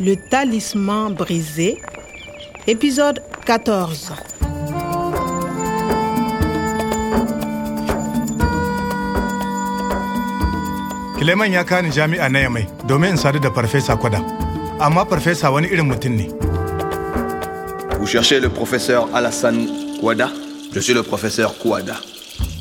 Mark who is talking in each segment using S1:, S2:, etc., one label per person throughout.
S1: Le talisman brisé, épisode 14.
S2: Kileman ya kani jami'a na Yamai domin in sadu da Farfesa Kwada. Amma Farfesa wani irin mutum ne.
S3: Vous cherchez le professeur Alassane Kouada Je suis le professeur Kouada.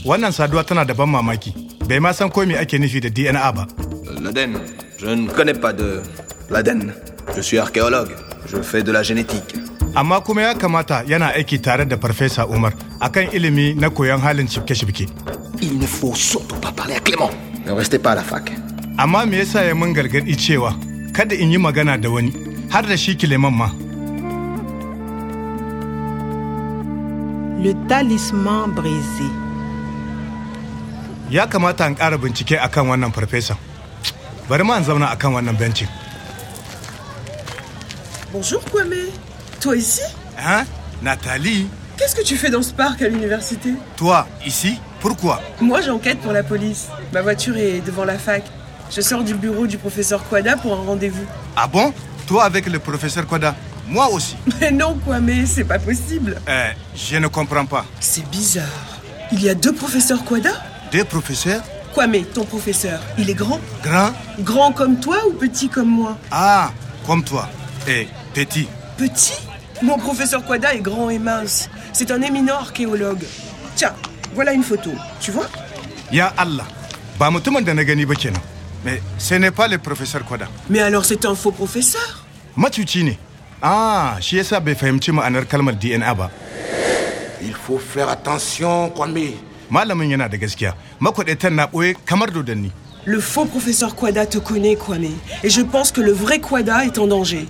S2: Wannan saduwa tana da ban mamaki. Bai ma san ko me ake nufi da DNA ba.
S3: Euh, L'Aden. Je ne connais pas de l'Aden. Je suis archéologue. Je fais de la génétique.
S2: Amma kuma ya kamata yana aiki tare da Farfesa Umar akan ilimi na koyon halin shibke-shibke.
S3: Il ne faut surtout pas parler à Clément. Ne restez pas à la fac.
S2: Amma me yasa ya mun gargaɗi cewa kada in yi magana da wani har da shi Kileman ma.
S1: Le talisman brisé.
S2: Ya kamata in ƙara bincike akan wannan Farfesa. Bari ma in zauna akan wannan bencin.
S4: Bonjour Kwame. Toi ici
S2: Hein? Ah, Nathalie,
S4: Qu'est-ce que tu fais dans ce parc à l'université
S2: toi, ici, pourquoi?
S4: Moi j'enquête pour la police. Ma voiture est devant la fac. Je sors du bureau du professeur Kwada pour un rendez-vous.
S2: Ah bon? Toi avec le professeur Kwada? Moi aussi.
S4: Mais non Kwame, c'est pas possible.
S2: Euh, je ne comprends pas.
S4: C'est bizarre. Il y a deux professeurs Kwada
S2: Des professeurs
S4: Kwame, ton professeur, il est grand
S2: grands
S4: Grand comme toi ou petit comme moi
S2: Ah, comme toi. Et petit.
S4: Petit Mon professeur Kwada est grand et mince. C'est un éminent archéologue. Tiens, voilà une photo. Tu vois
S2: Ya Allah, ba mutumin da na gani ba kenan. Mais ce n'est pas le professeur Kwada.
S4: Mais alors c'est un faux professeur
S2: Macuci ne. Ah, shi yasa bai fahimci ma'anar kalmar DNA ba.
S5: Il faut faire attention, Kwame.
S2: Malamin yana da gaskiya. Makwaɗaitan na ɓoye kamar dodanni.
S4: Le faux professeur Quada te connaît, Kwame, et je pense que le vrai Quada est en danger.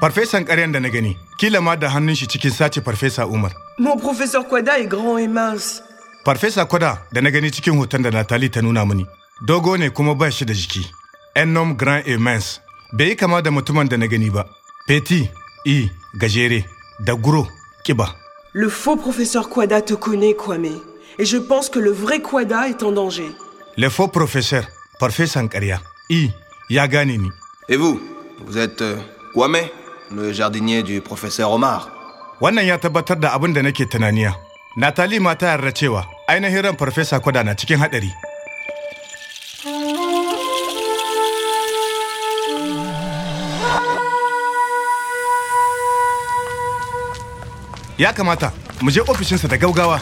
S2: Farfesan ƙaryan da na gani, kila ma da hannun shi cikin sace Farfesa Umar.
S4: Mon professeur Quada est grand et mince.
S2: Farfesa Kwada da na gani cikin hoton da Natali ta nuna mini. Dogo ne kuma ba shi da jiki. Enom Grand Immense. Bai yi kama da mutumin da na gani ba. Peti, i, gajere, da guro, kiba.
S4: Le faux professeur Quada te connaît, Kwame, et je pense que le vrai Quada est en danger.
S2: Le faux professeur, farfesan ƙarya. I, ya gane ni.
S3: Et vous Vous êtes euh, Kwame, le jardinier du professeur Omar.
S2: Wannan ya tabbatar da abin da nake tunaniya. Natali ma ta yarda cewa ainihin ran farfesa kwada na cikin haɗari. Ya kamata mu je ofishinsa da gaugawa.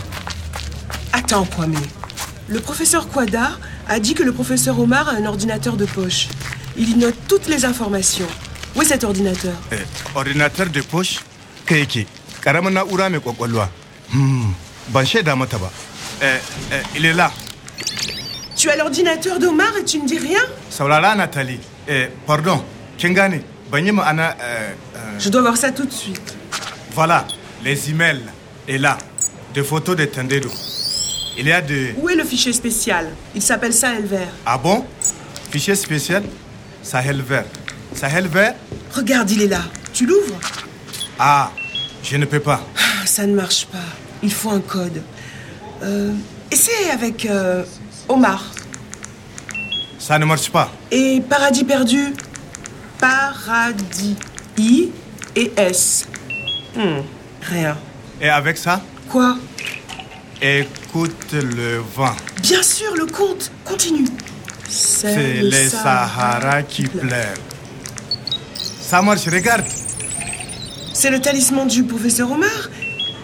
S4: Attends, Kwame. Le professeur Quada a dit que le professeur Omar a un ordinateur de poche. Il y note toutes les informations. Où est cet ordinateur
S2: Eh, ordinateur de poche ka yake ƙaramin na'ura mai kwakwalwa. Hmm, ban shaida mata ba. Eh, eh, Ilela,
S4: Tu as l'ordinateur d'Omar et tu ne dis rien
S2: saurara Natali. Eh, pardon, kin gane ban yi ma'ana eh, eh,
S4: Je dois voir ça tout de suite.
S2: Voilà, les emails. Et là, des photos de Tendedo. Il y a des...
S4: Où est le fichier spécial Il s'appelle ça Elver.
S2: Ah bon Fichier spécial Sahel vert. Sahel vert
S4: Regarde, il est là. Tu l'ouvres
S2: Ah, je ne peux pas.
S4: Ah, Ça ne marche pas. Il faut un code. Euh, essaie avec euh, Omar.
S2: Ça ne marche pas.
S4: Et Paradis perdu. Paradis. I et S. Hmm, rien.
S2: Et avec ça
S4: Quoi
S2: Écoute le vent.
S4: Bien sûr, le compte. Continue.
S2: C'est le Sahara qui pleure. Ça marche, regarde.
S4: C'est le talisman du professeur Omar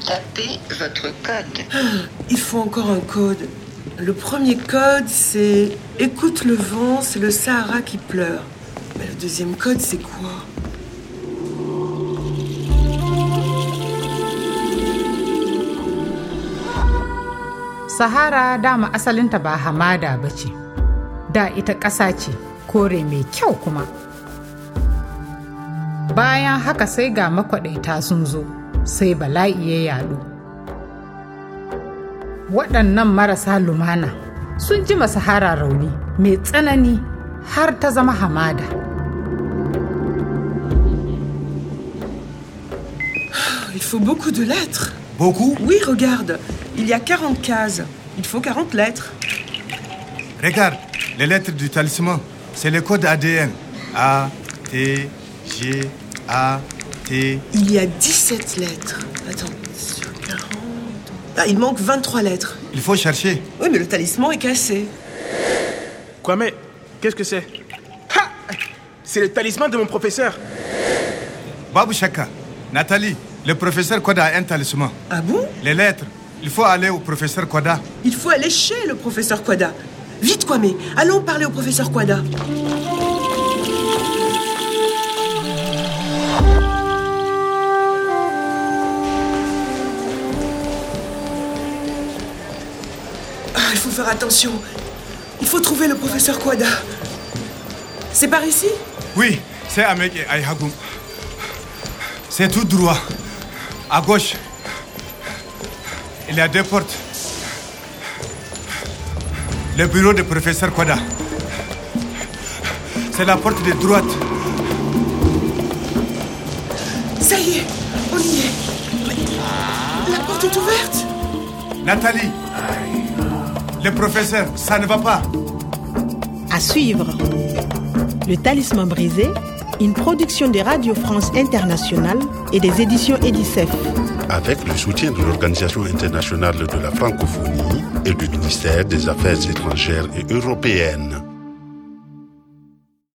S6: Tapez votre code.
S4: Il faut encore un code. Le premier code, c'est Écoute le vent, c'est le Sahara qui pleure. Mais le deuxième code, c'est quoi
S7: Sahara dama asalinta ba hamada ba ce, da ita ƙasa ce, kore mai kyau kuma. Bayan haka sai ga makwaɗaita sun zo, sai bala'i ya yaɗu. Waɗannan marasa lumana sun jima Sahara rauni mai tsanani har ta zama hamada.
S4: Il faut beaucoup de lettres.
S2: Beaucoup
S4: Oui, regarde, il y a 40 cases. Il faut 40 lettres.
S2: Regarde, les lettres du talisman. C'est le code ADN. A, T, G, A, T.
S4: Il y a 17 lettres. Attends, sur 40. Ah, il manque 23 lettres.
S2: Il faut chercher.
S4: Oui, mais le talisman est cassé.
S8: Quoi mais Qu'est-ce que c'est Ha C'est le talisman de mon professeur.
S2: Babu Shaka, Nathalie, le professeur Koda a un talisman.
S4: Ah bon
S2: Les lettres, il faut aller au professeur Koda.
S4: Il faut aller chez le professeur Quada. Vite, Kwame, allons parler au professeur Quada. Ah, il faut faire attention. Il faut trouver le professeur Quada. C'est par ici
S2: Oui, c'est Amek et Aïhagoum. C'est tout droit. À gauche, il y a deux portes. Le bureau du professeur Koda. C'est la porte de droite.
S4: Ça y est, on y est. Mais la porte est ouverte.
S2: Nathalie, le professeur, ça ne va pas.
S1: À suivre. Le talisman brisé, une production de Radio France Internationale et des éditions Edicef.
S9: avec le soutien de l'Organisation internationale de la francophonie et du ministère des Affaires étrangères et européennes.